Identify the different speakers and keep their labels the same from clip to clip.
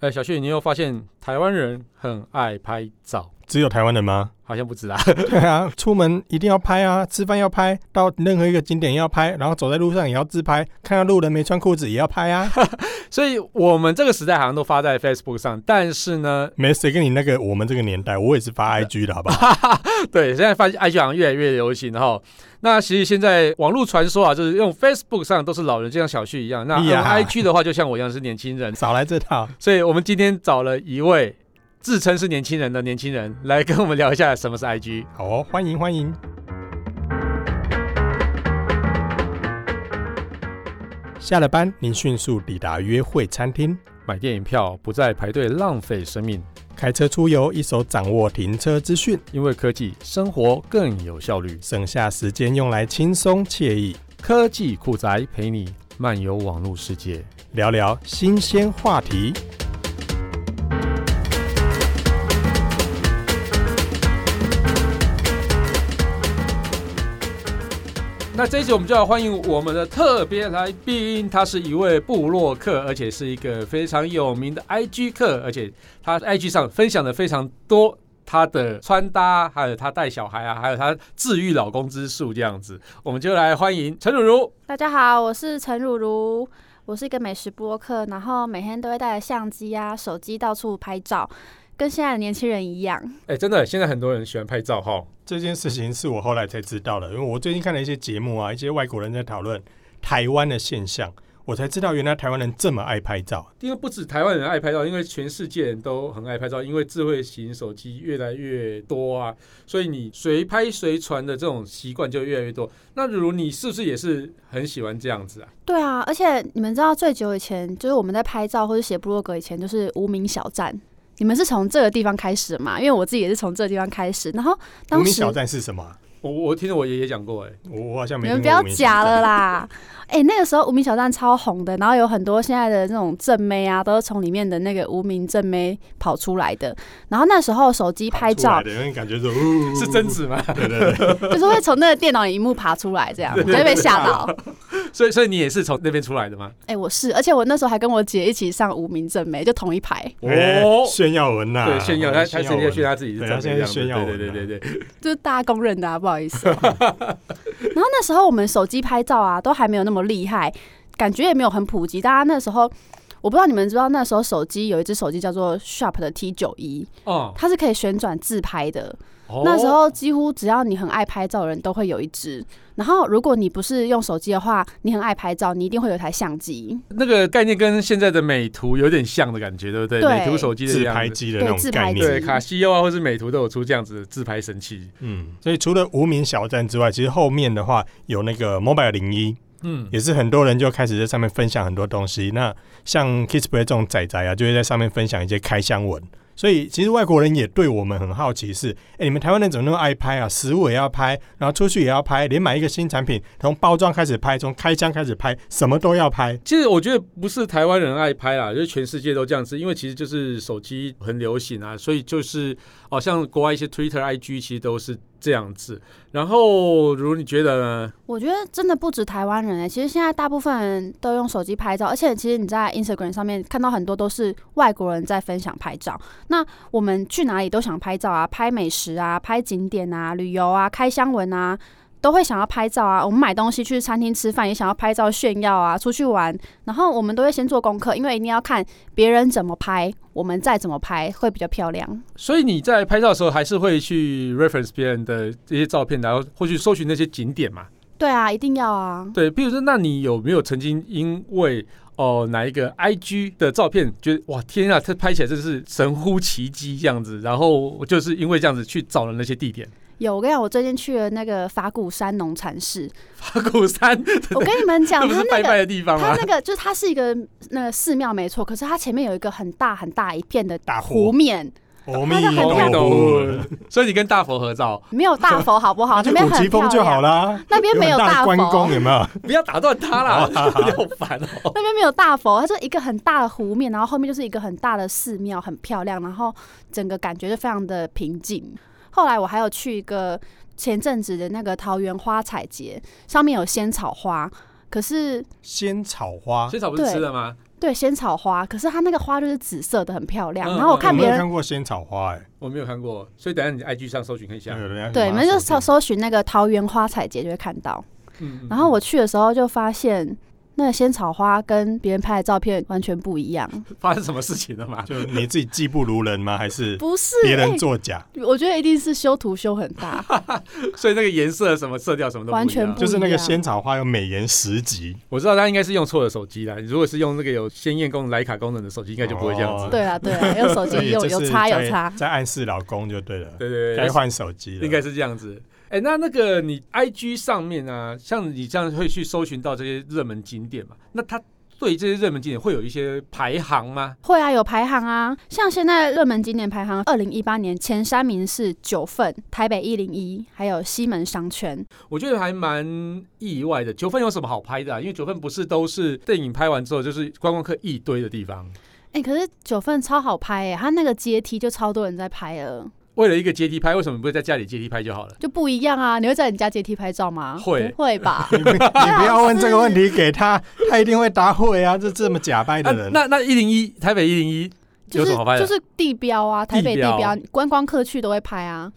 Speaker 1: 哎，小旭，你有发现台湾人很爱拍照？
Speaker 2: 只有台湾人吗？
Speaker 1: 好像不止啊，
Speaker 2: 对啊，出门一定要拍啊，吃饭要拍，到任何一个景点要拍，然后走在路上也要自拍，看到路人没穿裤子也要拍啊。
Speaker 1: 所以我们这个时代好像都发在 Facebook 上，但是呢，
Speaker 2: 没谁跟你那个我们这个年代，我也是发 IG 的好不好？
Speaker 1: 对，现在发现 IG 好像越来越流行哈。那其实现在网络传说啊，就是用 Facebook 上都是老人，就像小旭一样。那用
Speaker 2: 呀
Speaker 1: IG 的话，就像我一样是年轻人。
Speaker 2: 少来这套。
Speaker 1: 所以我们今天找了一位自称是年轻人的年轻人来跟我们聊一下什么是 IG。
Speaker 2: 好哦，欢迎欢迎。下了班，您迅速抵达约会餐厅，
Speaker 1: 买电影票不再排队浪费生命，
Speaker 2: 开车出游，一手掌握停车资讯，
Speaker 1: 因为科技生活更有效率。
Speaker 2: 省下时间用来轻松惬意
Speaker 1: 科技酷宅陪你漫游网络世界。
Speaker 2: 聊聊新鲜话题。
Speaker 1: 那这一集我们就要欢迎我们的特别来宾，他是一位布洛克，而且是一个非常有名的 IG 客，而且他 IG 上分享的非常多。他的穿搭，还有他带小孩啊，还有他治愈老公之术这样子，我们就来欢迎陈汝如。
Speaker 3: 大家好，我是陈汝如，我是一个美食播客，然后每天都会带着相机啊、手机到处拍照，跟现在的年轻人一样。
Speaker 1: 哎、真的，现在很多人喜欢拍照哈。
Speaker 2: 这件事情是我后来才知道的，因为我最近看了一些节目啊，一些外国人在讨论台湾的现象，我才知道原来台湾人这么爱拍照。
Speaker 1: 因为不止台湾人爱拍照，因为全世界人都很爱拍照，因为智慧型手机越来越多啊，所以你随拍随传的这种习惯就越来越多。那如你是不是也是很喜欢这样子啊？
Speaker 3: 对啊，而且你们知道最久以前，就是我们在拍照或者写部落格以前，就是无名小站。你们是从这个地方开始嘛？因为我自己也是从这个地方开始，然后
Speaker 2: 无
Speaker 3: 当
Speaker 2: 名
Speaker 3: 时
Speaker 2: 小站是什么啊？
Speaker 1: 我我听着我爷爷讲过、欸，哎，
Speaker 2: 我我好像没
Speaker 3: 你
Speaker 2: 听过
Speaker 3: 们不要
Speaker 2: 无名小
Speaker 3: 假
Speaker 2: 站
Speaker 3: 了啦！哎、那个时候无名小站超红的，然后有很多现在的那种正妹啊，都是从里面的那个无名正妹跑出来的。然后那时候手机拍
Speaker 2: 跑
Speaker 3: 照
Speaker 2: 出来的，有点感觉说，呜
Speaker 1: 是真，子吗？
Speaker 2: 对对对，
Speaker 3: 就是会从那个电脑荧幕爬出来，这样
Speaker 1: 对
Speaker 3: 我就会被吓到。
Speaker 1: 所以所以你也是从那边出来的吗？
Speaker 3: 哎、我是，而且我那时候还跟我姐一起上无名正妹，就同一排，
Speaker 2: 哎
Speaker 1: 哦
Speaker 2: 炫耀文呐，哎
Speaker 1: 对，炫耀他，他直接炫耀
Speaker 2: 耀
Speaker 1: 他自己是
Speaker 2: 对
Speaker 1: 长
Speaker 2: 他
Speaker 1: 怎
Speaker 2: 现在
Speaker 1: 样
Speaker 2: 是
Speaker 1: 子
Speaker 2: 炫耀
Speaker 1: 对
Speaker 2: 我
Speaker 1: 对
Speaker 2: 们
Speaker 1: 对对对。
Speaker 3: 就是大家公认的啊，不好意 思哦、然后那时候我们手机拍照啊，都还没有那么厉害，感觉也没有很普及。大家那时候，我不知道你们知道，那时候手机有一只手机叫做 Sharp 的 T 九一，
Speaker 1: 哦，
Speaker 3: 它是可以旋转自拍的。
Speaker 1: 哦
Speaker 3: 那时候几乎只要你很爱拍照的人都会有一支。然后如果你不是用手机的话，你很爱拍照，你一定会有一台相机。
Speaker 1: 那个概念跟现在的美图有点像的感觉，对不对？
Speaker 3: 对
Speaker 1: 美图手机的
Speaker 2: 自
Speaker 1: 样子
Speaker 2: 拍机的那
Speaker 3: 对
Speaker 2: 种
Speaker 3: 自
Speaker 2: 概
Speaker 3: 拍机
Speaker 1: 对
Speaker 2: 念，
Speaker 1: 卡西欧啊，或是美图都有出这样子的自拍神器。
Speaker 2: 嗯，所以除了无名小站之外，其实后面的话有那个 Mobile 零一，
Speaker 1: 嗯，
Speaker 2: 也是很多人就开始在上面分享很多东西。那像 Kissplay 这种仔仔啊，就会在上面分享一些开箱文。所以其实外国人也对我们很好奇是，哎、你们台湾人怎么那么爱拍啊？食物也要拍，然后出去也要拍，连买一个新产品，从包装开始拍，从开箱开始拍，什么都要拍。
Speaker 1: 其实我觉得不是台湾人爱拍啦，就是全世界都这样子，因为其实就是手机很流行啊，所以就是哦，像国外一些 Twitter、IG 其实都是这样子。然后，如你觉得呢？
Speaker 3: 我觉得真的不止台湾人哎、其实现在大部分人都用手机拍照，而且其实你在 Instagram 上面看到很多都是外国人在分享拍照。那我们去哪里都想拍照啊，拍美食啊，拍景点啊，旅游啊，开箱文啊，都会想要拍照啊。我们买东西去餐厅吃饭也想要拍照炫耀啊，出去玩，然后我们都会先做功课，因为一定要看别人怎么拍，我们再怎么拍会比较漂亮。
Speaker 1: 所以你在拍照的时候，还是会去 reference 别人的这些照片，然后或去搜寻那些景点嘛？
Speaker 3: 对啊，一定要啊。
Speaker 1: 对，比如说，那你有没有曾经因为哦、哪一个 IG 的照片，觉得哇天啊，它拍起来真是神乎其技这样子，然后就是因为这样子去找了那些地点，
Speaker 3: 有，我跟你讲，我最近去了那个法鼓山农产市，
Speaker 1: 法鼓山，
Speaker 3: 我跟你们讲，
Speaker 1: 那不
Speaker 3: 他
Speaker 1: 是
Speaker 3: 那
Speaker 1: 拜
Speaker 3: 个
Speaker 1: 拜的地方吗
Speaker 3: 它？那个就是它是一个那个寺庙没错，可是它前面有一个很大很大一片的
Speaker 2: 大
Speaker 3: 湖
Speaker 2: 湖，
Speaker 3: 面，
Speaker 2: 阿
Speaker 3: 那个很
Speaker 1: 懂
Speaker 3: 漂
Speaker 1: 懂
Speaker 3: 亮
Speaker 2: 陀
Speaker 1: 懂，所以你跟大佛合照，
Speaker 3: 没有大佛好 不好？那
Speaker 2: 就
Speaker 3: 啊边
Speaker 2: 古
Speaker 3: 很
Speaker 2: 奇
Speaker 3: 漂
Speaker 2: 峰就好
Speaker 3: 亮，
Speaker 2: 啦。
Speaker 3: 那边没
Speaker 2: 很大
Speaker 3: 大
Speaker 2: 的
Speaker 3: 佛，
Speaker 2: 关公有没有？
Speaker 1: 不要打断他 啦，你好烦哦。
Speaker 3: 那边没有大佛，它是一个很大的湖面，然后后面就是一个很大的寺庙，很漂亮，然后整个感觉就非常的平静。后来我还有去一个前阵子的那个桃园花彩节，上面有仙草花，可是
Speaker 2: 仙草花
Speaker 1: 仙草不是吃的吗？
Speaker 3: 对对仙草花，可是它那个花就是紫色的，很漂亮。
Speaker 1: 嗯
Speaker 3: 然后
Speaker 1: 嗯
Speaker 3: 我看
Speaker 2: 我没
Speaker 3: 别
Speaker 2: 有
Speaker 3: 人
Speaker 2: 看过仙草花，哎，
Speaker 1: 我没有看过，所以等一下你 IG 上搜寻看一下。嗯
Speaker 2: 有人家
Speaker 3: 对，你们就搜
Speaker 2: 手
Speaker 3: 搜寻那个桃园花彩节就会看到。
Speaker 1: 嗯嗯
Speaker 3: 然后我去的时候就发现，那个仙草花跟别人拍的照片完全不 一样。
Speaker 1: 发生什么事情了嘛？
Speaker 2: 就你自己技不如人 吗？还是
Speaker 3: 不是
Speaker 2: 别人作假？
Speaker 3: 欸我觉得一定是修图修很 大，
Speaker 1: 所以那个颜色、什么色调、什么都不一样
Speaker 3: 完全不
Speaker 2: 就是那
Speaker 3: 一
Speaker 2: 个
Speaker 3: 样
Speaker 2: 仙草花有美颜十级，
Speaker 1: 我知道他应该是用错了手机啦。如果是用那个有鲜艳功能、徕卡功能的手机，应该就不会这样子。
Speaker 2: 哦
Speaker 3: 对啊对啊，有手
Speaker 2: 所
Speaker 3: 机
Speaker 2: 以
Speaker 3: 有
Speaker 2: 这
Speaker 3: 有
Speaker 2: 是
Speaker 3: 差有
Speaker 2: 在
Speaker 3: 差。
Speaker 2: 在暗示老公就对了，
Speaker 1: 对对
Speaker 2: 该
Speaker 1: 对，
Speaker 2: 换手机了，
Speaker 1: 应该是这样子。哎、那那个你 IG 上面啊，像你这样会去搜寻到这些热门景点嘛？那它对这些热门景点会有一些排行吗？
Speaker 3: 会啊，有排行啊，像现在热门景点排行，二零一八年前三名是九份、台北一零一，还有西门商圈。
Speaker 1: 我觉得还蛮意外的。九份有什么好拍的、啊？因为九份不是都是电影拍完之后就是观光客一堆的地方，
Speaker 3: 哎、可是九份超好拍哎、它那个阶梯就超多人在拍了，
Speaker 1: 为了一个阶梯拍，为什么不会在家里阶梯拍就好了？
Speaker 3: 就不一样啊！你会在你家阶梯拍照吗？
Speaker 1: 会
Speaker 3: 不会吧？
Speaker 2: 你不你不要问这个问题给他，他一定会答会啊！这这么假掰的人，
Speaker 1: 那那那一零一台北一零一
Speaker 3: 就
Speaker 1: 有什
Speaker 3: 是
Speaker 1: 么好拍的？
Speaker 3: 就是地标啊，台北
Speaker 1: 地
Speaker 3: 地
Speaker 1: 标
Speaker 3: 标，观光客去都会拍啊，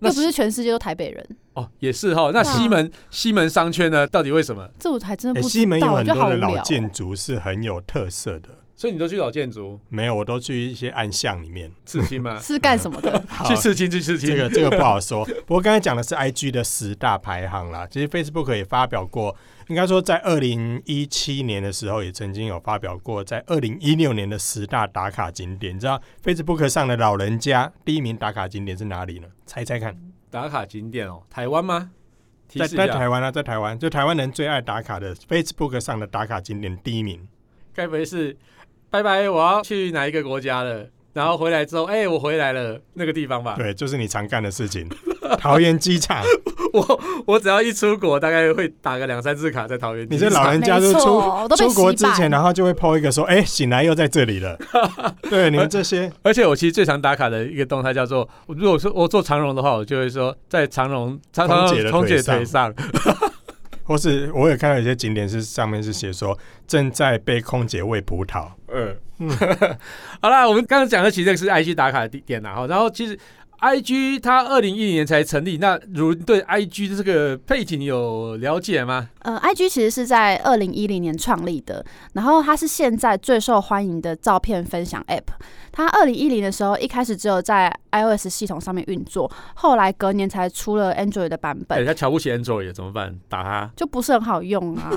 Speaker 1: 那
Speaker 3: 又不是全世界都台北人，
Speaker 1: 哦，也是哈。那
Speaker 3: 对啊
Speaker 1: 西门、西门商圈呢？到底为什么？
Speaker 3: 这我还真的
Speaker 2: 欸
Speaker 3: 不
Speaker 2: 西
Speaker 3: 知
Speaker 2: 门有
Speaker 3: 道，我
Speaker 2: 很
Speaker 3: 就
Speaker 2: 多
Speaker 3: 好
Speaker 2: 的
Speaker 3: 无
Speaker 2: 老
Speaker 3: 聊。
Speaker 2: 建筑是很有特色的，
Speaker 1: 所以你都去老建筑
Speaker 2: 没有，我都去一些暗巷里面。
Speaker 1: 刺青吗？
Speaker 3: 是干什么的？
Speaker 2: 好啊
Speaker 1: 去刺青，去刺青。
Speaker 2: 这个这个不好说。 不过刚才讲的是 IG 的十大排行啦，其实 Facebook 也发表过，应该说在二零一七年的时候也曾经有发表过，在二零一六年的十大打卡景点。你知道 Facebook 上的老人家第一名打卡景点是哪里呢？猜猜看，
Speaker 1: 打卡景点哦，台湾吗？提
Speaker 2: 在
Speaker 1: 示一
Speaker 2: 在
Speaker 1: 下，
Speaker 2: 台湾啊，在台湾，就台湾人最爱打卡的 Facebook 上的打卡景点第一名。
Speaker 1: 该不会是拜拜？我要去哪一个国家了？然后回来之后，哎、我回来了，那个地方吧。
Speaker 2: 对，就是你常干的事情，桃园机场。
Speaker 1: 我我只要一出国，大概会打个两三次卡在桃园机
Speaker 2: 你
Speaker 1: 场。
Speaker 2: 这老人
Speaker 3: 没
Speaker 2: 家就
Speaker 3: 错，
Speaker 2: 出
Speaker 3: 我都被
Speaker 2: 出国之
Speaker 3: 洗版
Speaker 2: 前，啊然后就会 PO 一个说：“哎、醒来又在这里了。”对，你们这些
Speaker 1: 而且我其实最常打卡的一个动态叫做，我如果说我做长荣的话，我就会说在长荣长
Speaker 2: 空
Speaker 1: 长
Speaker 2: 姐的
Speaker 1: 空姐
Speaker 2: 腿上
Speaker 1: 腿上，
Speaker 2: 或是我有看到有些景点是上面是写说正在被空姐喂葡萄。
Speaker 1: 嗯， 好啦，我们刚刚讲的其实这个是 IG 打卡的地点啦，啊哈，然后其实 IG 它二零一零年才成立，那如对 IG 这个背景有了解吗？
Speaker 3: 呃，IG 其实是在二零一零年创立的，然后它是现在最受欢迎的照片分享 App。它二零一零的时候一开始只有在 iOS 系统上面运作，后来隔年才出了 Android 的版
Speaker 1: 哎、
Speaker 3: 本，
Speaker 1: 他瞧不起 Android 怎么办？打他，
Speaker 3: 就不是很好用 啊。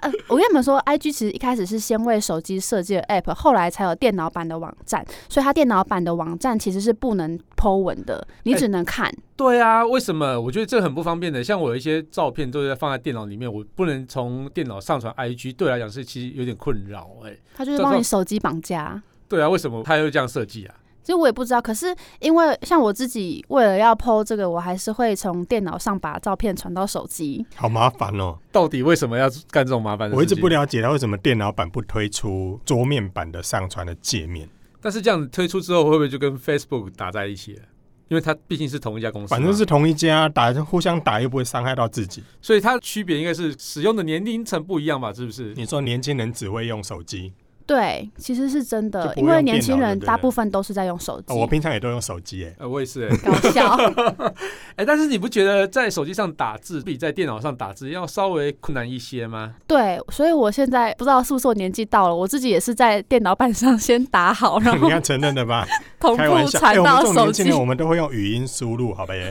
Speaker 3: 呃，我跟你们说，IG 其实一开始是先为手机设计的 App，后来才有电脑版的网站，所以它电脑版的网站其实是不能 Po 文的，你
Speaker 1: 哎
Speaker 3: 只能看。
Speaker 1: 对啊，为什么？我觉得这很不方便的。像我有一些照片都是放在电脑里面，我不能从电脑上传 IG，对我来讲是其实有点困扰、哎，
Speaker 3: 它就是
Speaker 1: 这
Speaker 3: 帮
Speaker 1: 这
Speaker 3: 你手机绑架。
Speaker 2: 哎
Speaker 1: 对啊，为什么他又这样设计啊？
Speaker 3: 其实我也不知道，可是因为像我自己，为了要 PO 这个，我还是会从电脑上把照片传到手机。
Speaker 2: 好麻烦哦！
Speaker 1: 到底为什么要干这种麻烦
Speaker 3: 嗯
Speaker 1: 的事情？
Speaker 2: 我一直不了解他为什么电脑版不推出桌面版的上传的界面，
Speaker 3: 啊
Speaker 1: 但是这样推出之后，会不会就跟 Facebook 打在一起了？因为它毕竟是同一家公司嘛，
Speaker 2: 反正是同一家打，互相打又不会伤害到自己。
Speaker 1: 所以它区别应该是使用的年龄层不一样吧？是不
Speaker 3: 嗯
Speaker 1: 是？
Speaker 2: 你说年轻人只会用手机，
Speaker 3: 对，其实是真
Speaker 2: 就
Speaker 3: 的，
Speaker 2: 不
Speaker 3: 因
Speaker 2: 会
Speaker 3: 为
Speaker 2: 用
Speaker 3: 年
Speaker 2: 电
Speaker 3: 轻
Speaker 2: 脑
Speaker 3: 人
Speaker 2: 就对
Speaker 3: 大
Speaker 2: 了
Speaker 3: 部分都是在用手机。
Speaker 2: 哦我平常也都用手机耶。
Speaker 1: 呃，我也是、欸，
Speaker 3: 搞笑，
Speaker 1: 哎、但是你不觉得在手机上打字比在电脑上打字要稍微困难一些吗？
Speaker 3: 对，所以我现在不知道是不是我年纪到了，我自己也是在电脑板上先打好， 然后
Speaker 2: 你看承认的吧？
Speaker 3: 同
Speaker 2: 开玩
Speaker 3: 步
Speaker 2: 笑，哎
Speaker 3: 传
Speaker 2: 我们
Speaker 3: 到
Speaker 2: 这种
Speaker 3: 手
Speaker 2: 年轻
Speaker 3: 机
Speaker 2: 人，。我们都会用语音输入，好吧耶？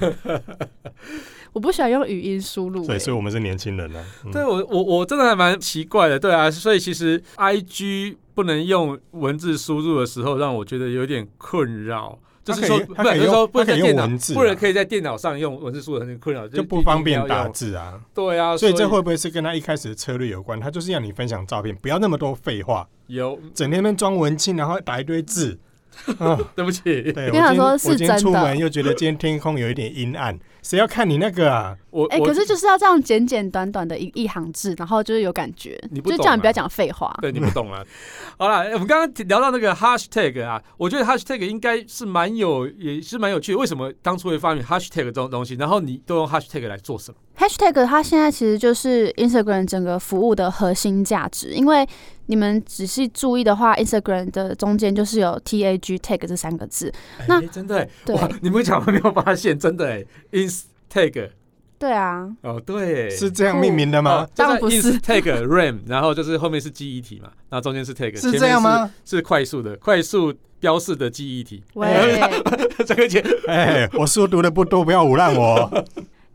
Speaker 3: 我不喜欢用语音输入、
Speaker 2: 所以，
Speaker 3: 欸
Speaker 2: 所以我们是年轻人呢、嗯
Speaker 1: 对我，我我真的还蛮奇怪的，对啊，所以其实 I G 不能用文字输入的时候，让我觉得有点困扰。就
Speaker 2: 它
Speaker 1: 是
Speaker 2: 可以
Speaker 1: 说，
Speaker 2: 它
Speaker 1: 不
Speaker 2: 可
Speaker 1: 就是说不能
Speaker 2: 以用它
Speaker 1: 在
Speaker 2: 可以用
Speaker 1: 电脑
Speaker 2: 文，字啊
Speaker 1: 不能可以在电脑上用文字输入很困扰，
Speaker 2: 就不
Speaker 1: 一定
Speaker 2: 方便
Speaker 1: 要
Speaker 2: 打
Speaker 1: 用。
Speaker 2: 字啊。
Speaker 1: 对
Speaker 3: 呃
Speaker 1: 啊，
Speaker 2: 所以这会不会是跟他一开始的策略有关？他就是要你分享照片，不要那么多废话，
Speaker 1: 有
Speaker 2: 整天在那边装文青，然后打一堆字。啊，
Speaker 1: 对不起，
Speaker 2: 对，我
Speaker 3: 你想
Speaker 2: 今
Speaker 3: 说
Speaker 2: 我
Speaker 3: 是
Speaker 2: 今天
Speaker 3: 真
Speaker 2: 出
Speaker 3: 的
Speaker 2: 门又觉得今天天空有一点阴暗，谁要看你那个啊？
Speaker 1: 我
Speaker 3: 哎、
Speaker 1: 我
Speaker 3: 可是就是要这样简简短短的一一行字，然后就是有感觉，
Speaker 1: 你不
Speaker 3: 就
Speaker 1: 懂
Speaker 3: 叫你不要
Speaker 1: 啊
Speaker 3: 讲废话。
Speaker 1: 对你不懂了。啊 好了，我们刚刚聊到那个 hashtag 啊，我觉得 hashtag 应该是蛮有，也是蛮有趣的。为什么当初会发明 hashtag 这种东西？然后你都用 hashtag 来做什么？
Speaker 3: hashtag 它现在其实就是 Instagram 整个服务的核心价值，因为你们仔细注意的话，Instagram 的中间就是有 tag tag 这三个字。那
Speaker 1: 哎真
Speaker 2: 欸
Speaker 1: 的哎
Speaker 3: 对
Speaker 1: 哇，你们讲我没有发现，真的哎，ins tag
Speaker 3: 对啊，
Speaker 1: 哦，对，
Speaker 2: 是这样命名的吗
Speaker 1: 哦？就
Speaker 3: 当然不
Speaker 1: ins
Speaker 3: 是
Speaker 1: tag ram，然后就是后面是记忆体嘛，然后中间是 tag，
Speaker 2: 是这
Speaker 1: 前面
Speaker 2: 样？吗？
Speaker 1: 是是快速的，快速标示的记忆体。
Speaker 3: 喂，哎、
Speaker 1: 这个姐，
Speaker 2: 哎、我书读的不多，不要诬赖 我。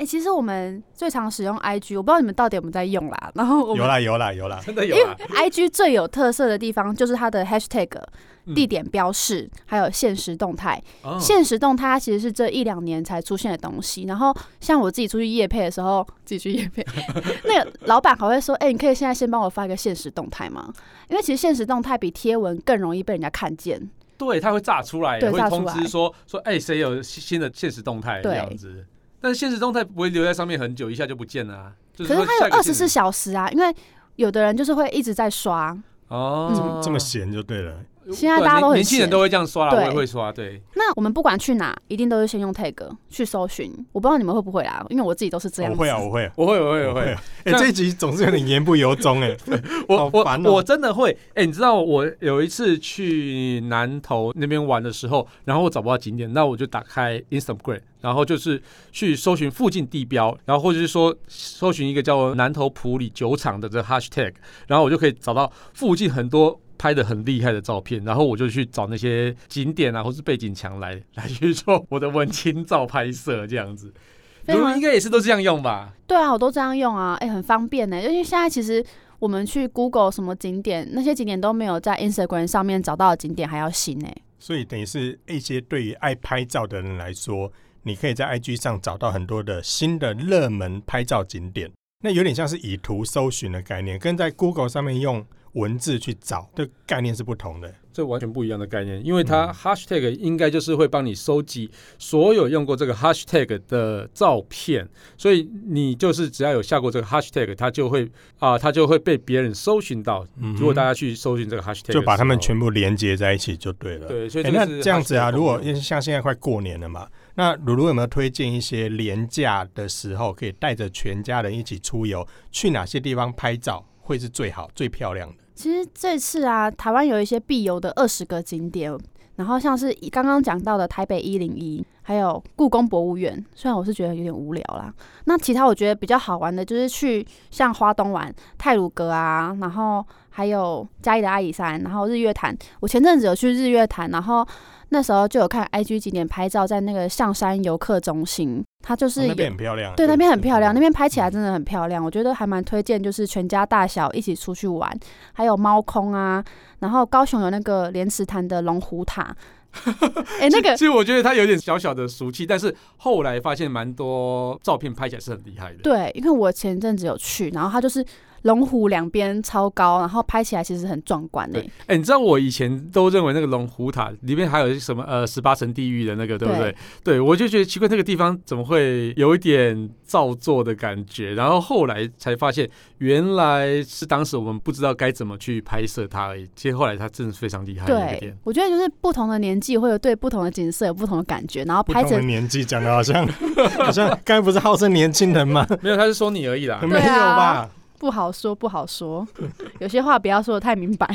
Speaker 3: 其实我们最常使用 IG，我不知道你们到底有没有在用啦。然后
Speaker 1: 啊
Speaker 3: 我
Speaker 2: 有
Speaker 3: 们
Speaker 2: 啦有啦有啦，
Speaker 1: 真的
Speaker 3: 因
Speaker 1: 有
Speaker 3: 为
Speaker 1: 啊，
Speaker 3: IG 最有特色的地方就是它的 hashtag、
Speaker 1: 嗯
Speaker 3: 地点标示，还有现实动态。
Speaker 1: 哦
Speaker 3: 现实动态它其实是这一两年才出现的东西。然后像我自己出去夜配的时候，自己去 夜配，那个老板还会说：“哎、你可以现在先帮我发一个现实动态吗？”因为其实现实动态比贴文更容易被人家看见。
Speaker 1: 对，它会炸出来，
Speaker 3: 对
Speaker 1: 会
Speaker 3: 炸出
Speaker 1: 通知
Speaker 3: 来
Speaker 1: 说说，哎、谁有新新的现实动态这
Speaker 3: 对
Speaker 1: 样子。但是现实动态不会留在上面很久，一下就不见了、啊。就
Speaker 3: 可是
Speaker 1: 说
Speaker 3: 它
Speaker 1: 下一
Speaker 3: 有
Speaker 1: 个
Speaker 3: 二
Speaker 1: 现实
Speaker 3: 十四小时啊，因为有的人就是会一直在刷。
Speaker 1: 哦、
Speaker 2: 这么闲就对了。
Speaker 3: 嗯
Speaker 2: 哦
Speaker 3: 现在大家都
Speaker 1: 对
Speaker 3: 很
Speaker 1: 年年轻人
Speaker 3: 闲
Speaker 1: 都会这样刷啦，我
Speaker 3: 对
Speaker 1: 也会刷，对。
Speaker 3: 那我们不管去哪，一定都是先用 tag 去搜寻。我不知道你们会不会啦，因为我自己都是这样
Speaker 2: 我
Speaker 3: 子。
Speaker 2: 会啊，我会啊。
Speaker 1: 我会，我会，我
Speaker 2: 我会
Speaker 1: 会
Speaker 2: 啊，，哎、这一集总是有点言不由衷哎、
Speaker 1: 我
Speaker 2: 好
Speaker 1: 我、
Speaker 2: 烦哦
Speaker 1: 我真的会。哎、你知道我有一次去南投那边玩的时候，然后我找不到景点，那我就打开 Instagram，然后就是去搜寻附近地标，然后或者是说搜寻一个叫南投埔里酒厂的这个 hashtag，然后我就可以找到附近很多。拍的很厉害的照片，然后我就去找那些景点啊，或是背景墙来来去做我的文青照拍摄，这样子。
Speaker 3: 非
Speaker 1: 你
Speaker 3: 常
Speaker 1: 们应该也是都这样用吧？
Speaker 3: 对啊，我都这样用啊，哎、很方便呢、因为现在其实我们去 Google 什么景点，那些景点都没有在 Instagram 上面找到的景点还要新呢、
Speaker 2: 所以等于是一些对于爱拍照的人来说，你可以在 IG 上找到很多的新的热门拍照景点。那有点像是以图搜寻的概念，跟在 Google 上面用文字去找的概念是不同的。
Speaker 1: 这完全不一样的概念，因为它
Speaker 2: 嗯
Speaker 1: hashtag 应该就是会帮你收集所有用过这个 hashtag 的照片，所以你就是只要有下过这个 hashtag，它就会啊、它就会被别人搜寻到。
Speaker 2: 嗯
Speaker 1: 如果大家去搜寻这个 hashtag，
Speaker 2: 就把它们
Speaker 1: 的时候
Speaker 2: 全部连接在一起就对了。
Speaker 1: 对，所以
Speaker 2: 哎、
Speaker 1: 这
Speaker 2: 那
Speaker 1: 个是
Speaker 2: 这样子啊，
Speaker 1: hashtag
Speaker 2: 如果
Speaker 1: 功能
Speaker 2: 像现在快过年了嘛，那鲁鲁有没有推荐一些廉价的时候可以带着全家人一起出游，去哪些地方拍照会是最好、最漂亮的？
Speaker 3: 其实这次啊，台湾有一些必游的二十个景点，然后像是以刚刚讲到的台北一零一，还有故宫博物院，虽然我是觉得有点无聊啦。那其他我觉得比较好玩的就是去像花东玩泰鲁阁啊，然后还有嘉义的阿里山，然后日月潭。我前阵子有去日月潭，然后那时候就有看 IG 景点拍照，在那个象山游客中心，它就
Speaker 2: 哦
Speaker 3: 是
Speaker 2: 那
Speaker 3: 有
Speaker 2: 边很漂亮啊，
Speaker 3: 对，那边很漂亮，那边拍起
Speaker 2: 嗯
Speaker 3: 来真的很漂亮，我觉得还蛮推荐，就是全家大小一起出去玩，还有猫空啊，然后高雄有那个莲池潭的龙虎塔， 哎、那个
Speaker 1: 其实我觉得它有点小小的俗气，但是后来发现蛮多照片拍起来是很厉害的。
Speaker 3: 对，因为我前阵子有去，然后它就是龙虎两边超高，然后拍起来其实很壮观诶、
Speaker 1: 对哎、你知道我以前都认为那个龙虎塔里面还有什么呃十八层地狱的那个，对不对？对，我就觉得奇怪，那个地方怎么会有一点造作的感觉？然后后来才发现，原来是当时我们不知道该怎么去拍摄它而已。其实后来它真的是非常厉害的一个
Speaker 3: 对
Speaker 1: 点。，
Speaker 3: 我觉得就是不同的年纪会有对不同的景色有不同的感觉，然后
Speaker 2: 不
Speaker 3: 拍
Speaker 2: 同的
Speaker 3: 成
Speaker 2: 年纪讲的好像 好像，刚才不是号称年轻人 吗？
Speaker 1: 没有，他是说你而
Speaker 3: 啊
Speaker 1: 已啦。
Speaker 2: 没有吧？
Speaker 3: 不好说不好说， 有些话不要说的太明白。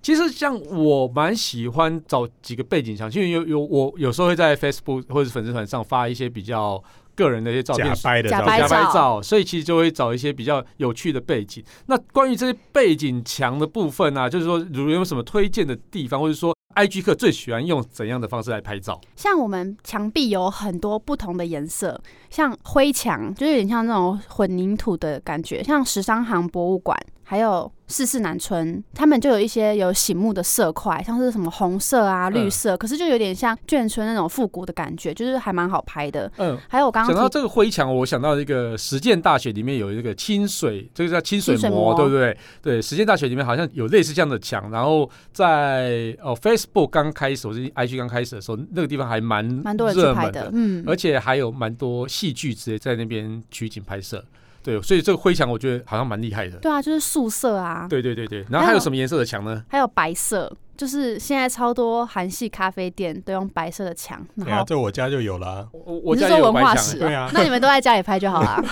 Speaker 1: 其实像我蛮喜欢找几个背景墙，因为有有我有时候会在 Facebook 或者粉丝团上发一些比较个人的一些照
Speaker 2: 假
Speaker 1: 片，
Speaker 2: 掰的
Speaker 3: 假
Speaker 2: 照
Speaker 3: 掰
Speaker 1: 加
Speaker 2: 片，
Speaker 1: 拍
Speaker 3: 照
Speaker 1: 照，所以其实就会找一些比较有趣的背景。那关于这些背景墙的部分啊，就是说，如有什么推荐的地方，或者说 IG 课最喜欢用怎样的方式来拍照？
Speaker 3: 像我们墙壁有很多不同的颜色，像灰墙就有点像那种混凝土的感觉，像十三行博物馆，还有四四南村，他们就有一些有醒目的色块，像是什么红色啊、
Speaker 1: 嗯
Speaker 3: 绿色，可是就有点像眷村那种复古的感觉，就是还蛮好拍的。
Speaker 1: 嗯，
Speaker 3: 还有我刚
Speaker 1: 讲到
Speaker 3: 刚提
Speaker 1: 这个灰墙，我想到一个实践大学里面有一个清水，这个叫清水
Speaker 3: 清水
Speaker 1: 模，
Speaker 3: 模
Speaker 1: 对不对？对，实践大学里面好像有类似这样的墙。然后在哦 Facebook 刚开始，或是 IG 刚开始的时候，那个地方还蛮
Speaker 3: 蛮多人去
Speaker 1: 热
Speaker 3: 拍
Speaker 1: 门哎
Speaker 3: 的，嗯，
Speaker 1: 而且还有蛮多戏剧直接在那边取景拍摄。对，所以这个灰墙我觉得好像蛮厉害的。
Speaker 3: 对啊，就是素色啊，
Speaker 1: 对对对对，然后还有什么颜色的墙呢？
Speaker 3: 还有白色，就是现在超多韩系咖啡店都用白色的墙，
Speaker 2: 对
Speaker 3: 然
Speaker 2: 啊，
Speaker 3: 后
Speaker 2: 这我家就有了。啊
Speaker 1: 我我
Speaker 3: 你
Speaker 1: 家
Speaker 3: 是
Speaker 1: 也
Speaker 3: 说
Speaker 1: 有
Speaker 3: 文
Speaker 1: 白
Speaker 3: 化
Speaker 1: 墙
Speaker 3: 史
Speaker 1: 欸
Speaker 2: 对啊，
Speaker 3: 那你们都在家里拍就 好啦，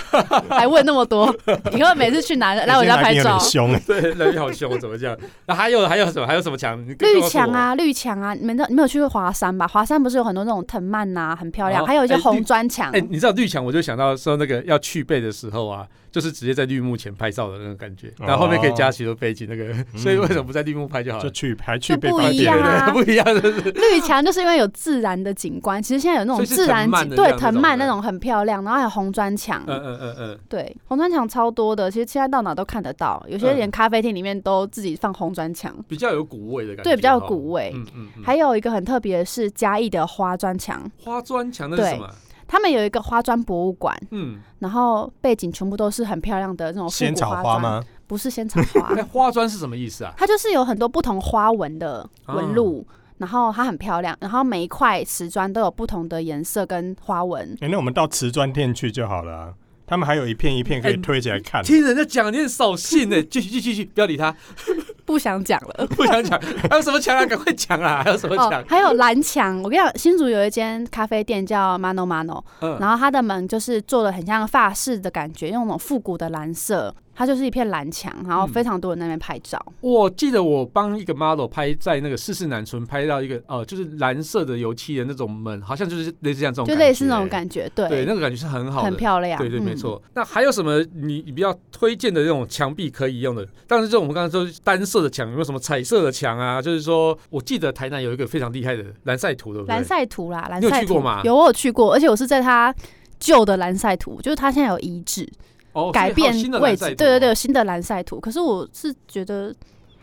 Speaker 3: 还问那么多，以后每次去哪来我家拍
Speaker 2: 有
Speaker 3: 照
Speaker 2: 点，凶 哎，
Speaker 1: 对，人好凶，怎么讲？那还有还有什么？还有什么墙？你
Speaker 3: 绿
Speaker 1: 告诉我
Speaker 3: 墙，啊，绿墙啊，你们都你们有去过华山吧？华山不是有很多那种藤蔓呐、很漂亮，
Speaker 1: 哦
Speaker 3: 还有一些
Speaker 1: 哎绿
Speaker 3: 红砖墙。
Speaker 1: 哎、你知道绿墙，我就想到说那个要去背的时候啊，就是直接在绿幕前拍照的那种感觉，
Speaker 2: 哦
Speaker 1: 然后后面可以加许多背景那个，所以为什么不在绿幕拍就好
Speaker 2: 就
Speaker 1: 了？
Speaker 2: 去还去
Speaker 3: 就
Speaker 2: 被
Speaker 3: 不
Speaker 2: 发
Speaker 3: 一
Speaker 2: 现
Speaker 3: 样
Speaker 2: 了
Speaker 3: 啊
Speaker 1: 对对对，不一样，就是
Speaker 3: 绿墙就是因为有自然的景观，其实现在有那
Speaker 1: 所
Speaker 3: 种
Speaker 1: 以是
Speaker 3: 自然
Speaker 1: 藤蔓
Speaker 3: 景，
Speaker 1: 的
Speaker 3: 对
Speaker 1: 这样
Speaker 3: 藤
Speaker 1: 那种
Speaker 3: 蔓那
Speaker 1: 的
Speaker 3: 种很漂亮，然后还有红砖墙，
Speaker 1: 嗯嗯嗯嗯，
Speaker 3: 对，红砖墙超多的，其实现在到哪都看得到，有些
Speaker 1: 嗯
Speaker 3: 连咖啡厅里面都自己放红砖墙。
Speaker 1: 比较有古味的感觉，
Speaker 3: 对比较有
Speaker 1: 哦
Speaker 3: 古味
Speaker 1: 嗯嗯嗯，
Speaker 3: 还有一个很特别的是嘉义的花砖墙，
Speaker 1: 花砖墙那是
Speaker 3: 对
Speaker 1: 什么？
Speaker 3: 他们有一个花砖博物馆，
Speaker 1: 嗯，
Speaker 3: 然后背景全部都是很漂亮的那种哦复
Speaker 2: 仙
Speaker 3: 古
Speaker 2: 草
Speaker 3: 花
Speaker 2: 花
Speaker 3: 砖，
Speaker 2: 吗？
Speaker 3: 不是仙草花
Speaker 1: 哎、，花砖是什么意思啊？
Speaker 3: 它就是有很多不同花纹的
Speaker 1: 啊
Speaker 3: 纹路，然后它很漂亮，然后每一块瓷砖都有不同的颜色跟花纹。
Speaker 2: 哎，那我们到瓷砖店去就好了啊。他们还有一片一片可以
Speaker 1: 哎
Speaker 2: 推起来
Speaker 3: 嗯
Speaker 2: 看。
Speaker 1: 听人家讲，你很扫兴 呢。继续继续继续，不要理他，
Speaker 3: 不想讲 了
Speaker 1: 不想讲。还有什么墙啊？赶快讲啊！还有什么
Speaker 3: 哦
Speaker 1: 墙，？
Speaker 3: 还有蓝墙，我跟你讲，新竹有一间咖啡店叫 Mano Mano，
Speaker 1: 嗯，
Speaker 3: 然后它的门就是做的很像法式的感觉，用那种复古的蓝色，它就是一片蓝墙，然
Speaker 1: 嗯
Speaker 3: 后非常多人在那边拍照。
Speaker 1: 我记得我帮一个 model 拍在那个四四南村拍到一个呃，就是蓝色的油漆的那种门，好像就是类似像这种，
Speaker 3: 就类似那种感觉，对，
Speaker 1: 觉，对，那个感觉是很好的，
Speaker 3: 很漂亮，
Speaker 1: 对对，
Speaker 3: 嗯
Speaker 1: 没。错。那还有什么你比较推荐的这种墙壁可以用的？当然，这种我们刚刚说单色的墙，有没有什么彩色的墙啊？就是说我记得台南有一个非常厉害的蓝晒图，对不对？
Speaker 3: 蓝晒图啦，蓝
Speaker 1: 你有
Speaker 3: 晒
Speaker 1: 去过
Speaker 3: 图
Speaker 1: 吗
Speaker 3: 有我有去过，而且我是在它旧的蓝晒图，就是它现在有移植，
Speaker 1: 哦，
Speaker 3: 改
Speaker 1: 所以
Speaker 3: 变
Speaker 1: 还有新的
Speaker 3: 位
Speaker 1: 蓝
Speaker 3: 置，
Speaker 1: 晒图
Speaker 3: 对
Speaker 1: 哦
Speaker 3: 对对，有，新的蓝晒图。可是我是觉得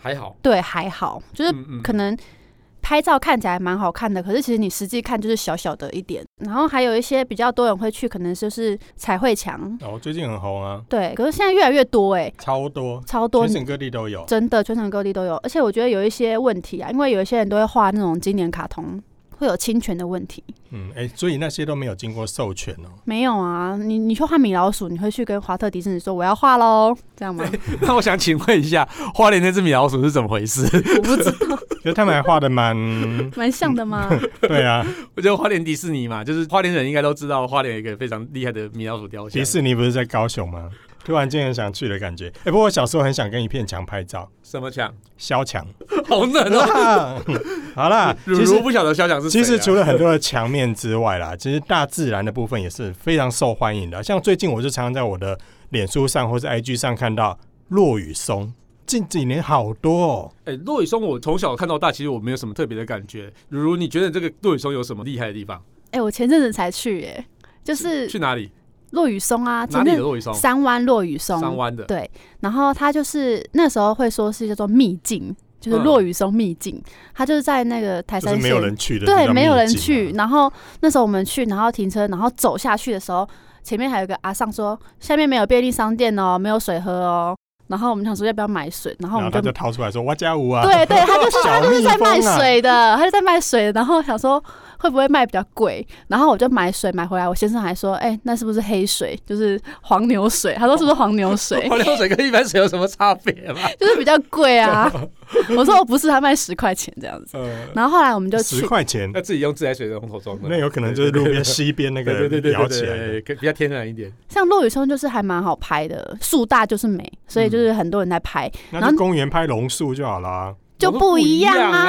Speaker 1: 还好，
Speaker 3: 对还好，就是
Speaker 1: 嗯嗯
Speaker 3: 可能拍照看起来蛮好看的，可是其实你实际看就是小小的一点。然后还有一些比较多人会去，可能就是彩绘墙，
Speaker 2: 哦，最近很红啊，
Speaker 3: 对，可是现在越来越多哎、
Speaker 2: 超多，
Speaker 3: 超多
Speaker 2: 全。省各地都有。
Speaker 3: 真的，全省各地都有，而且我觉得有一些问题啊，因为有一些人都会画那种经典卡通，会有侵权的问题。
Speaker 2: 嗯，哎，所以那些都没有经过授权哦。
Speaker 3: 没有啊，你你去画米老鼠，你会去跟华特迪士尼说我要画喽，这样吗？
Speaker 1: 那我想请问一下，花莲那只米老鼠是怎么回事？
Speaker 3: 我不知道，
Speaker 2: 可是他们还画的 蛮，
Speaker 3: 蛮像的吗？
Speaker 2: 对啊，
Speaker 1: 我觉得花莲迪士尼嘛，就是花莲人应该都知道，花莲有一个非常厉害的米老鼠雕像。
Speaker 2: 迪士尼不是在高雄吗？突然间很想去的感觉。哎、不过我小时候很想跟一片墙拍照，
Speaker 1: 什么墙？
Speaker 2: 萧墙。
Speaker 1: 好冷哦！
Speaker 2: 啊好啦，
Speaker 1: 如
Speaker 2: 其
Speaker 1: 如
Speaker 2: 实
Speaker 1: 不晓得肖强是谁啊
Speaker 2: 其实除了很多的墙面之外啦，其实大自然的部分也是非常受欢迎的。像最近我就常常在我的脸书上或是 IG 上看到落雨松，近几年好多哦。
Speaker 1: 哎，骆雨松，我从小看到大，其实我没有什么特别的感觉。如如，你觉得这个骆雨松有什么厉害的地方？
Speaker 3: 哎、我前阵子才去、耶，就是
Speaker 1: 去哪里？
Speaker 3: 落雨松
Speaker 1: 哪
Speaker 3: 啊，前
Speaker 1: 里
Speaker 3: 阵
Speaker 1: 的骆雨松？
Speaker 3: 三湾落雨松，
Speaker 1: 三湾的。
Speaker 3: 对，然后它就是那时候会说是叫做秘境，就是落雨松秘境，它就是在那个台
Speaker 2: 就是
Speaker 3: 山
Speaker 2: 没
Speaker 3: 县
Speaker 2: 有，人去的，
Speaker 3: 对，
Speaker 2: 就叫
Speaker 3: 没有人
Speaker 2: 秘境
Speaker 3: 去。
Speaker 2: 嘛。
Speaker 3: 然后那时候我们去，然后停车，然后走下去的时候，前面还有一个阿尚说下面没有便利商店哦，没有水喝哦。然后我们想说要不要买水，然后我
Speaker 2: 然
Speaker 3: 们
Speaker 2: 后他就
Speaker 3: 就
Speaker 2: 掏出来说：“我家五啊。”
Speaker 3: 对对，他 就是
Speaker 2: 小
Speaker 3: 他就是在
Speaker 2: 蜜蜂啊
Speaker 3: 卖水的，他就在卖水的。然后想说会不会卖比较贵，然后我就买水买回来。我先生还说，哎、那是不是黑水？就是黄牛水？他说是不是黄牛水？
Speaker 1: 花流水跟一般水有什么差别吗？
Speaker 3: 就是比较贵啊。 我说我不是，他卖十块钱这样子。
Speaker 2: 呃，
Speaker 3: 然后后来我们就
Speaker 2: 十
Speaker 3: 去，
Speaker 2: 块钱，
Speaker 1: 那自己用自来水的龙头装的，
Speaker 2: 那有可能就是路边溪边那
Speaker 1: 对
Speaker 2: 个
Speaker 1: 对对对
Speaker 2: 摇
Speaker 1: 对
Speaker 2: 起来的。
Speaker 1: 对，可比较天然一点。
Speaker 3: 像落雨松就是还蛮好拍的，树大就是美，所以
Speaker 2: 嗯
Speaker 3: 就是很多人在拍，
Speaker 2: 那就公园拍榕树就好啦。
Speaker 3: 就
Speaker 1: 我说
Speaker 3: 不一样
Speaker 1: 样
Speaker 3: 啊。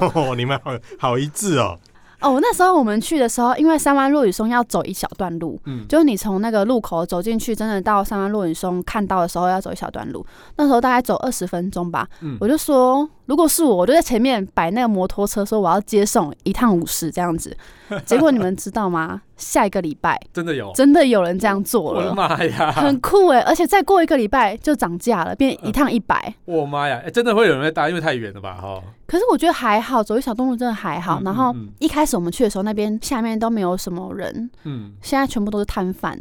Speaker 1: 啊！
Speaker 2: 哦，你们好好一致哦。
Speaker 3: 哦，那时候我们去的时候，因为三湾落雨松要走一小段路，
Speaker 1: 嗯，
Speaker 3: 就是你从那个路口走进去，真的到三湾落雨松看到的时候，要走一小段路。那时候大概走二十分钟吧。
Speaker 1: 嗯
Speaker 3: 我就说，如果是我，我就在前面摆那个摩托车，说我要接送一趟五十这样 子。结果你们知道吗？下一个礼拜
Speaker 1: 真的有，
Speaker 3: 真的有人这样做
Speaker 1: 哦我的
Speaker 3: 了，
Speaker 1: 妈呀！
Speaker 3: 很酷哎、而且再过一个礼拜就涨价
Speaker 1: 嗯
Speaker 3: 了，变一趟一百、
Speaker 1: 我妈呀！哎，真的会有人在搭，因为太远了吧？哈。
Speaker 3: 可是我觉得还好，走一小段路真的还好。
Speaker 1: 嗯
Speaker 3: 然后
Speaker 1: 嗯嗯
Speaker 3: 一开始我们去的时候，那边下面都没有什么人，
Speaker 1: 嗯，
Speaker 3: 现在全部都是摊贩，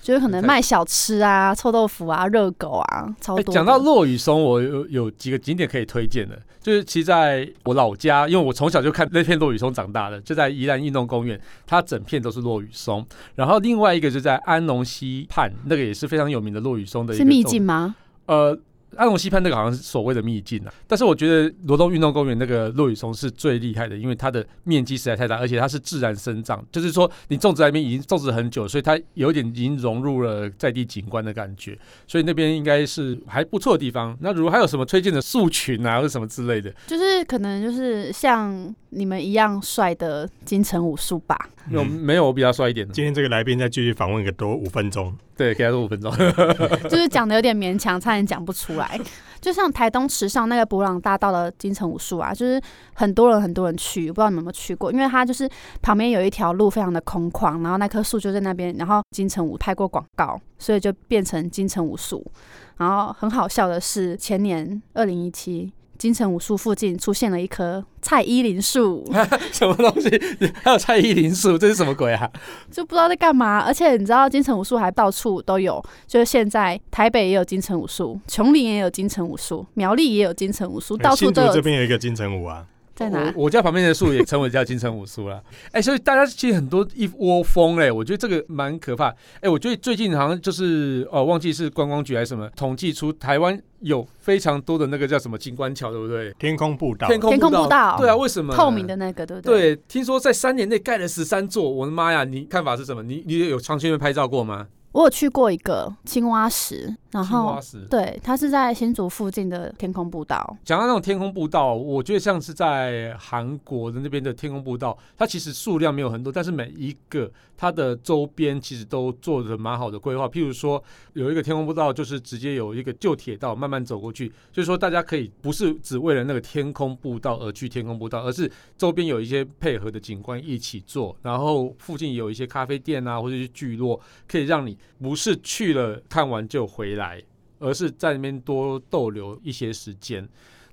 Speaker 3: 就是可能
Speaker 1: 对
Speaker 3: 卖小吃啊、臭豆腐啊、热狗啊，超
Speaker 1: 哎，
Speaker 3: 多的。
Speaker 1: 讲到落雨松，我有有几个景点可以推荐的，就是其实在我老家，因为我从小就看那片落雨松长大的，就在宜兰运动公园，它整片都是落雨松。然后另外一个就在安农溪畔，那个也是非常有名的落雨松的一个
Speaker 3: 是秘
Speaker 1: 种
Speaker 3: 境吗？
Speaker 1: 呃，安龙溪畔那个好像是所谓的秘境啊，但是我觉得罗东运动公园那个落羽松是最厉害的，因为它的面积实在太大，而且它是自然生长，就是说你种植在那边已经种植很久，所以它有点已经融入了在地景观的感觉，所以那边应该是还不错的地方。那如果还有什么推荐的树群啊，或者什么之类的，
Speaker 3: 就是可能就是像你们一样帅的金城武术吧。
Speaker 1: 有
Speaker 2: 嗯
Speaker 1: 没有我比较帅一点的？
Speaker 2: 今天这个来宾再继续访问个多五分钟，
Speaker 1: 对，给他多五分钟。
Speaker 3: 就是讲的有点勉强，差点讲不出来。就像台东池上那个博朗大道的金城武术啊，就是很多人很多人去，不知道你们有没有去过？因为它就是旁边有一条路非常的空旷，然后那棵树就在那边，然后金城武拍过广告，所以就变成金城武术。然后很好笑的是，前年二零一七。金城武术附近出现了一棵蔡依林树，
Speaker 1: 什么东西？ 还有蔡依林树，这是什么鬼啊？
Speaker 3: 就不知道在干嘛。而且你知道金城武术还到处都有，就是现在台北也有金城武术，琼林也有金城武术，苗栗也有金城武
Speaker 1: 哎
Speaker 3: 术，到处
Speaker 2: 新竹
Speaker 3: 都
Speaker 2: 这
Speaker 3: 有。
Speaker 2: 边有一个金城武啊，
Speaker 3: 在哪？
Speaker 1: 我我家旁边的树也称为叫金城武树啦。 哎、所以大家其实很多一窝蜂哎、我觉得这个蛮可怕。哎、我觉得最近好像就是哦，忘记是观光局还是什么统计出台湾有非常多的那个叫什么景观桥，对不对？
Speaker 2: 天空步道，
Speaker 1: 天空
Speaker 3: 天空
Speaker 1: 步
Speaker 3: 步道
Speaker 1: 对啊，为什么呢
Speaker 3: 透明的？那个，对不对？对。
Speaker 1: 对，听说在三年内盖了十三座，我的妈呀！你看法是什么？你你有常去那边拍照过吗？
Speaker 3: 我有去过一个青蛙石，然
Speaker 1: 青
Speaker 3: 后
Speaker 1: 蛙石
Speaker 3: 对，它是在新竹附近的天空步道。
Speaker 1: 讲到那种天空步道，我觉得像是在韩国的那边的天空步道，它其实数量没有很多，但是每一个它的周边其实都做的蛮好的规划。譬如说，有一个天空步道，就是直接有一个旧铁道慢慢走过去，就是说大家可以不是只为了那个天空步道而去天空步道，而是周边有一些配合的景观一起做，然后附近有一些咖啡店啊，或者是聚落，可以让你不是去了看完就回来，而是在那边多逗留一些时间。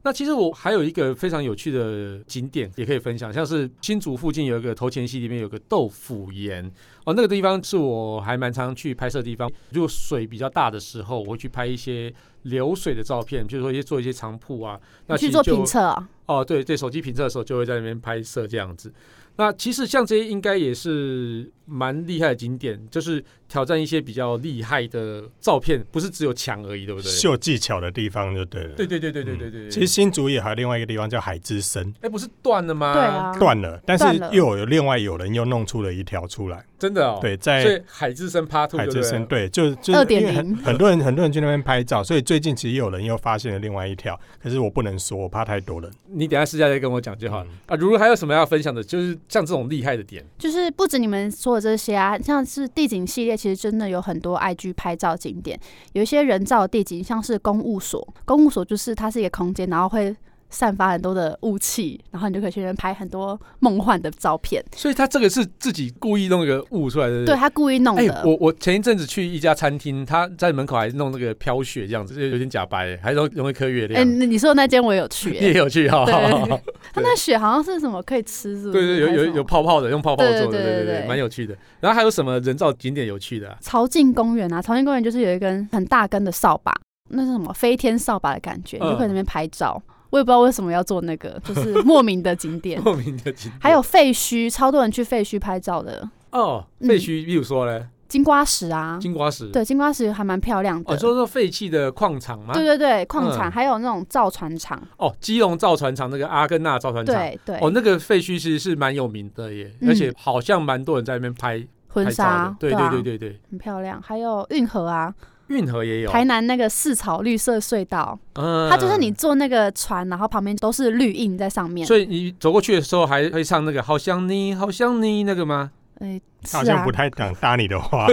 Speaker 1: 那其实我还有一个非常有趣的景点也可以分享，像是新竹附近有一个头前溪，里面有个豆腐岩哦，那个地方是我还蛮常去拍摄的地方。如果水比较大的时候，我会去拍一些流水的照片，比如说一些做一些长铺啊。那
Speaker 3: 你
Speaker 1: 其实
Speaker 3: 去做
Speaker 1: 就
Speaker 3: 评测啊，
Speaker 1: 哦，对对，手机评测的时候就会在那边拍摄这样子。那其实像这些应该也是蛮厉害的景点，就是挑战一些比较厉害的照片，不是只有墙而已，对不对？
Speaker 2: 秀技巧的地方就对了。
Speaker 1: 对对对对对对对对。
Speaker 2: 其实新竹也还有另外一个地方叫海之森，
Speaker 1: 哎，不是断了吗？
Speaker 3: 对啊，
Speaker 2: 断了，
Speaker 1: 哦
Speaker 2: 但是
Speaker 3: 断了
Speaker 2: 又有另外有人又弄出了一条出来，
Speaker 1: 真的哦。
Speaker 2: 对，
Speaker 1: 所
Speaker 2: 在
Speaker 1: 以海之声 Part Two
Speaker 2: 海
Speaker 1: 对
Speaker 2: 之
Speaker 1: 不对
Speaker 2: 森，对，就就是
Speaker 3: 2.0
Speaker 2: 因为很很多人很多人去那边拍照，所以最近其实有人又发现了另外一条，可是我不能说，我怕太多人。
Speaker 1: 你等一下私下再跟我讲就好了、
Speaker 2: 嗯
Speaker 1: 啊。如果还有什么要分享的，就是像这种厉害的点，
Speaker 3: 就是不止你们说的这些啊，像是地景系列，其实真的有很多 IG 拍照景点，有一些人造的地景，像是公务所，公务所就是它是一个空间，然后会散发很多的雾气，然后你就可以去那边拍很多梦幻的照片。
Speaker 1: 所以他这个是自己故意弄一个雾出来的。
Speaker 3: 对他故意弄
Speaker 1: 哎、
Speaker 3: 的，
Speaker 1: 我我前一阵子去一家餐厅，他在门口还弄那个飘雪这样子，就有点假白，还弄弄一颗月
Speaker 3: 哎、
Speaker 1: 亮。
Speaker 3: 你你说的那间我有去、
Speaker 1: 你也
Speaker 3: 哎
Speaker 1: 有去哈、，
Speaker 3: 对 它那雪好像是什么可以吃，是不
Speaker 1: 对
Speaker 3: 是？
Speaker 1: 对，有有
Speaker 3: 还是什
Speaker 1: 有
Speaker 3: 么。
Speaker 1: 泡泡的，用泡泡做的，
Speaker 3: 对对
Speaker 1: 对
Speaker 3: 对对
Speaker 1: 蛮有趣的。然后还有什么人造景点有趣的啊、
Speaker 3: 朝境公园啊，朝境公园就是有一根很大根的扫把，那是什么飞天扫把的感觉，
Speaker 1: 嗯
Speaker 3: 你就可以在那边拍照。我也不知道为什么要做 那个，就是莫名的景点。
Speaker 1: 莫名的景点？
Speaker 3: 还有废墟，超多人去废墟拍照的，
Speaker 1: 哦，
Speaker 3: 嗯
Speaker 1: 废墟，比如说嘞，
Speaker 3: 金瓜石啊，
Speaker 1: 金瓜石。
Speaker 3: 对，金瓜石还蛮漂亮的。
Speaker 1: 哦，说说废弃的矿场吗？
Speaker 3: 对对对，矿产、
Speaker 1: 嗯
Speaker 3: 还有那种造船厂，
Speaker 1: 哦，基隆造船厂那个阿根纳造船厂。
Speaker 3: 对对，
Speaker 1: 哦，那个废墟其实是蛮有名的耶，
Speaker 3: 嗯
Speaker 1: 而且好像蛮多人在那边拍
Speaker 3: 婚
Speaker 1: 拍照的
Speaker 3: 纱，，
Speaker 1: 对
Speaker 3: 啊
Speaker 1: 对对对对，
Speaker 3: 很漂亮。还有运河啊，
Speaker 1: 运河也有，
Speaker 3: 台南那个四草绿色隧道，
Speaker 1: 嗯
Speaker 3: 它就是你，坐那个船，然后旁边都是绿印在上面。
Speaker 1: 所以你走过去的时候还会唱那个“好想你，好想你”那个吗？
Speaker 3: 哎，
Speaker 2: 他好
Speaker 3: 是
Speaker 2: 像
Speaker 3: 啊
Speaker 2: 不，太想搭你的话，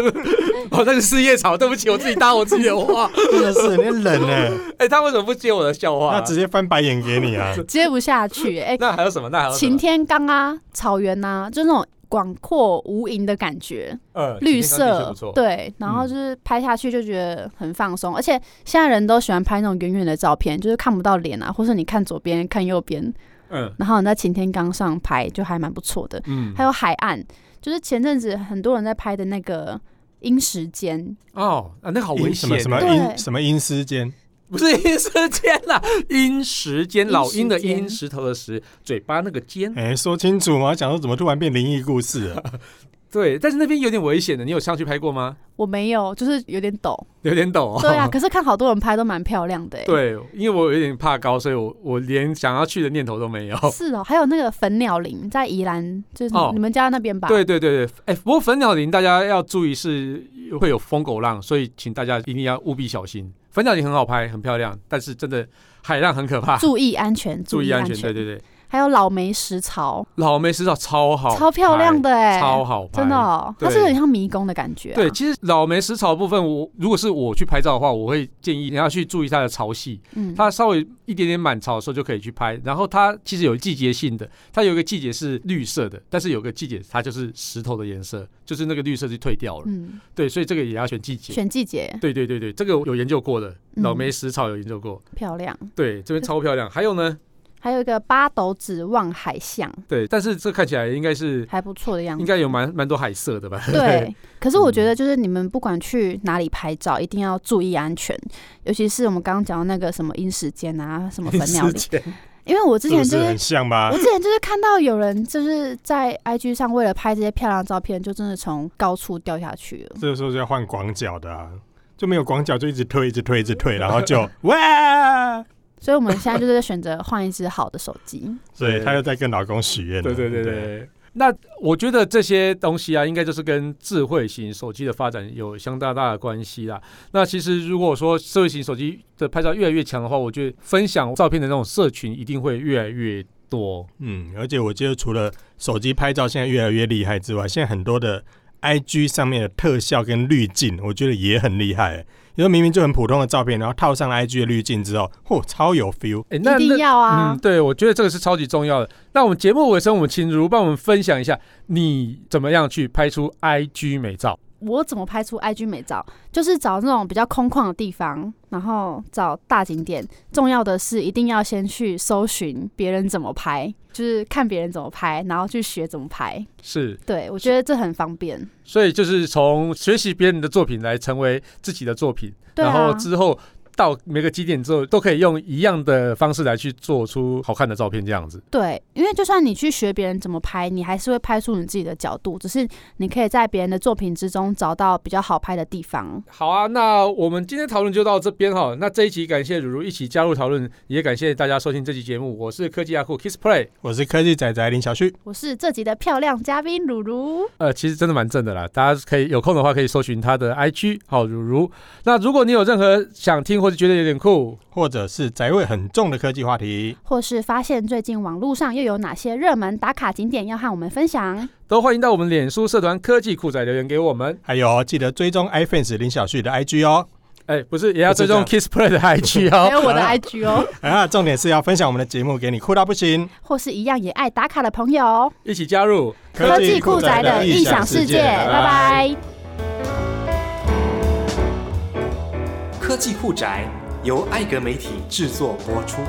Speaker 1: 哦，那个四叶草，对不起，我自己搭我自己的 话，
Speaker 2: 真的是有点冷呢，
Speaker 1: 哎，他为什么不接我的笑话
Speaker 2: 那
Speaker 1: 啊？
Speaker 2: 直接翻白眼给你啊！
Speaker 3: 接不下去。哎，
Speaker 1: 那还有什么？那还有什
Speaker 3: 晴
Speaker 1: 么？
Speaker 3: 天岗啊，草原啊，就那种广阔无垠的感觉。
Speaker 1: 呃
Speaker 3: 绿
Speaker 1: 晴天刚地确
Speaker 3: 色
Speaker 1: 不错，
Speaker 3: 对，然后
Speaker 1: 嗯
Speaker 3: 就是拍下去就觉得很放松，而且现在人都喜欢拍那种远远的照片，就是看不到脸啊，或是你看左边看右边，
Speaker 1: 嗯
Speaker 3: 然后你在擎天岗上拍就还蛮不错的。
Speaker 1: 嗯，
Speaker 3: 还有海岸，就是前阵子很多人在拍的那个阴时间，
Speaker 1: 哦，啊，那 个好危
Speaker 2: 阴
Speaker 1: 险，
Speaker 2: 什么什么
Speaker 3: 对
Speaker 2: 阴什么阴尸间，
Speaker 1: 不是阴时间啦，阴时间，
Speaker 3: 阴
Speaker 1: 老鹰的
Speaker 3: 时间
Speaker 1: 鹰，石头的石，嘴巴那个尖。
Speaker 2: 哎，说清楚啊！想说怎么突然变灵异故事了？
Speaker 1: 对，但是那边有点危险的，你有上去拍过吗？
Speaker 3: 我没有，就是有点抖。
Speaker 1: 有点陡、哦。
Speaker 3: 对啊，可是看好多人拍都蛮漂亮的、欸。，
Speaker 1: 对，因为我有点怕高，所以我我连想要去的念头都没有。
Speaker 3: 是哦，还有那个粉鸟林在宜兰，就是
Speaker 1: 哦
Speaker 3: 你们家那边吧？
Speaker 1: 对对对对，哎、不过粉鸟林大家要注意是会有疯狗浪，所以请大家一定要务必小心。粉鸟林很好拍，很漂亮，但是真的海浪很可怕，
Speaker 3: 注意安全，
Speaker 1: 啊注意
Speaker 3: 安
Speaker 1: 安全。对对对，
Speaker 3: 还有老梅石槽，
Speaker 1: 老梅石草超好，
Speaker 3: 超漂亮
Speaker 1: 的、欸
Speaker 3: 的哎、
Speaker 1: 超好哦拍，
Speaker 3: 真的、哦，
Speaker 1: 对
Speaker 3: 它是有点像迷宫的感觉、啊。
Speaker 1: 对，，其实老梅石草部分我，如果是我去拍照的话，我会建议你要去注意它的潮汐，
Speaker 3: 嗯，
Speaker 1: 它稍微一点点满潮的时候就可以去拍。然后它其实有季节性的，它有一个季节是绿色的，但是有个季节它就是石头的颜色，就是那个绿色就退掉了。
Speaker 3: 嗯，
Speaker 1: 对，所以这个也要选季节。
Speaker 3: 选季节
Speaker 1: 对对对对，这个我有研究过的，
Speaker 3: 嗯
Speaker 1: 老梅石草有研究过。
Speaker 3: 漂亮，
Speaker 1: 对，这边超漂亮。还有呢，
Speaker 3: 还有一个八斗子望海巷，
Speaker 1: 对，但是这看起来应该是
Speaker 3: 还不错的样
Speaker 1: 应嗯
Speaker 3: 子。
Speaker 1: 该有蛮蛮多海色的吧？
Speaker 3: 对，可是我觉得就是你们不管去哪里拍照，一定要注意安全，尤其是我们刚刚讲到那个什么阴时间啊，什么粉鸟
Speaker 1: 时
Speaker 3: 林，
Speaker 1: 间
Speaker 3: 因为我之
Speaker 2: 是
Speaker 3: 前
Speaker 2: 不
Speaker 3: 就是是
Speaker 2: 很像吧
Speaker 3: 我？之前就是看到有人就是在 IG 上为了拍这些漂亮的照片，就真的从高处掉下去了。
Speaker 2: 这个时候就要换广角的啊，就没有广角就一直推，一直推，一 直推，然后就哇！
Speaker 3: 所以我们现在就是在选择换一只好的手机。
Speaker 2: 所以
Speaker 1: 对
Speaker 2: 她又在跟老公许愿 了。
Speaker 1: 对对对对对。那我觉得这些东西啊，应该就是跟智慧型手机的发展有相当大的关系啦。那其实如果说智慧型手机的拍照越来越强的话，我觉得分享照片的那种社群一定会越来越多。
Speaker 2: 嗯，而且我记得除了手机拍照现在越来越厉害之外，现在很多的 IG 上面的特效跟滤镜，我觉得也很厉害。有时候明明就很普通的照片，然后套上了 IG 的滤镜之后，嚯、超有 feel。
Speaker 1: 哎， 那
Speaker 3: 一定
Speaker 1: 那
Speaker 3: 要啊
Speaker 1: 嗯，！对，我觉得这个是超级重要的。那我们节目尾声，我们请如帮我们分享一下，你怎么样去拍出 IG 美照？
Speaker 3: 我怎么拍出 IG 美照？就是找那种比较空旷的地方，然后找大景点。重要的是，一定要先去搜寻别人怎么拍，就是看别人怎么拍，然后去学怎么拍。
Speaker 1: 是，
Speaker 3: 对我觉得这很方便。
Speaker 1: 所以就是从学习别人的作品来成为自己的作品。
Speaker 3: 对
Speaker 1: 然
Speaker 3: 啊
Speaker 1: 后，之后到每个基点之后，都可以用一样的方式来去做出好看的照片，这样子。
Speaker 3: 对，因为就算你去学别人怎么拍，你还是会拍出你自己的角度，只是你可以在别人的作品之中找到比较好拍的地方。
Speaker 1: 好啊，那我们今天讨论就到这边哈。那这一集感谢如如一起加入讨论，也感谢大家收听这期节目。我是科技阿酷 Kiss Play，
Speaker 2: 我是科技仔仔林小旭，
Speaker 3: 我是这集的漂亮嘉宾如如，
Speaker 1: 呃，其实真的蛮正的啦，大家可以有空的话可以搜寻他的 IG 好如如。那如果你有任何想听或者觉得有点酷，
Speaker 2: 或者是宅味很重的科技话题，
Speaker 3: 或是发现最近网络上又有哪些热门打卡景点要和我们分享。
Speaker 1: 都欢迎到我们脸书社团科技酷仔留言给我们。
Speaker 2: 还有哦记得追踪 iFans 林小旭的 IG 哦。
Speaker 1: 哎，不是，也要追踪
Speaker 2: 不
Speaker 1: Kiss Play 的 IG 哦
Speaker 3: 还。有我的 IG 哦，
Speaker 2: 啊，重点是要分享我们的节目给你酷到不行。
Speaker 3: 或是一样也爱打卡的朋友，哦
Speaker 1: 一起加入。
Speaker 3: 科技酷宅的异想世界，拜拜。
Speaker 4: 科技酷宅由艾格媒体制作播出。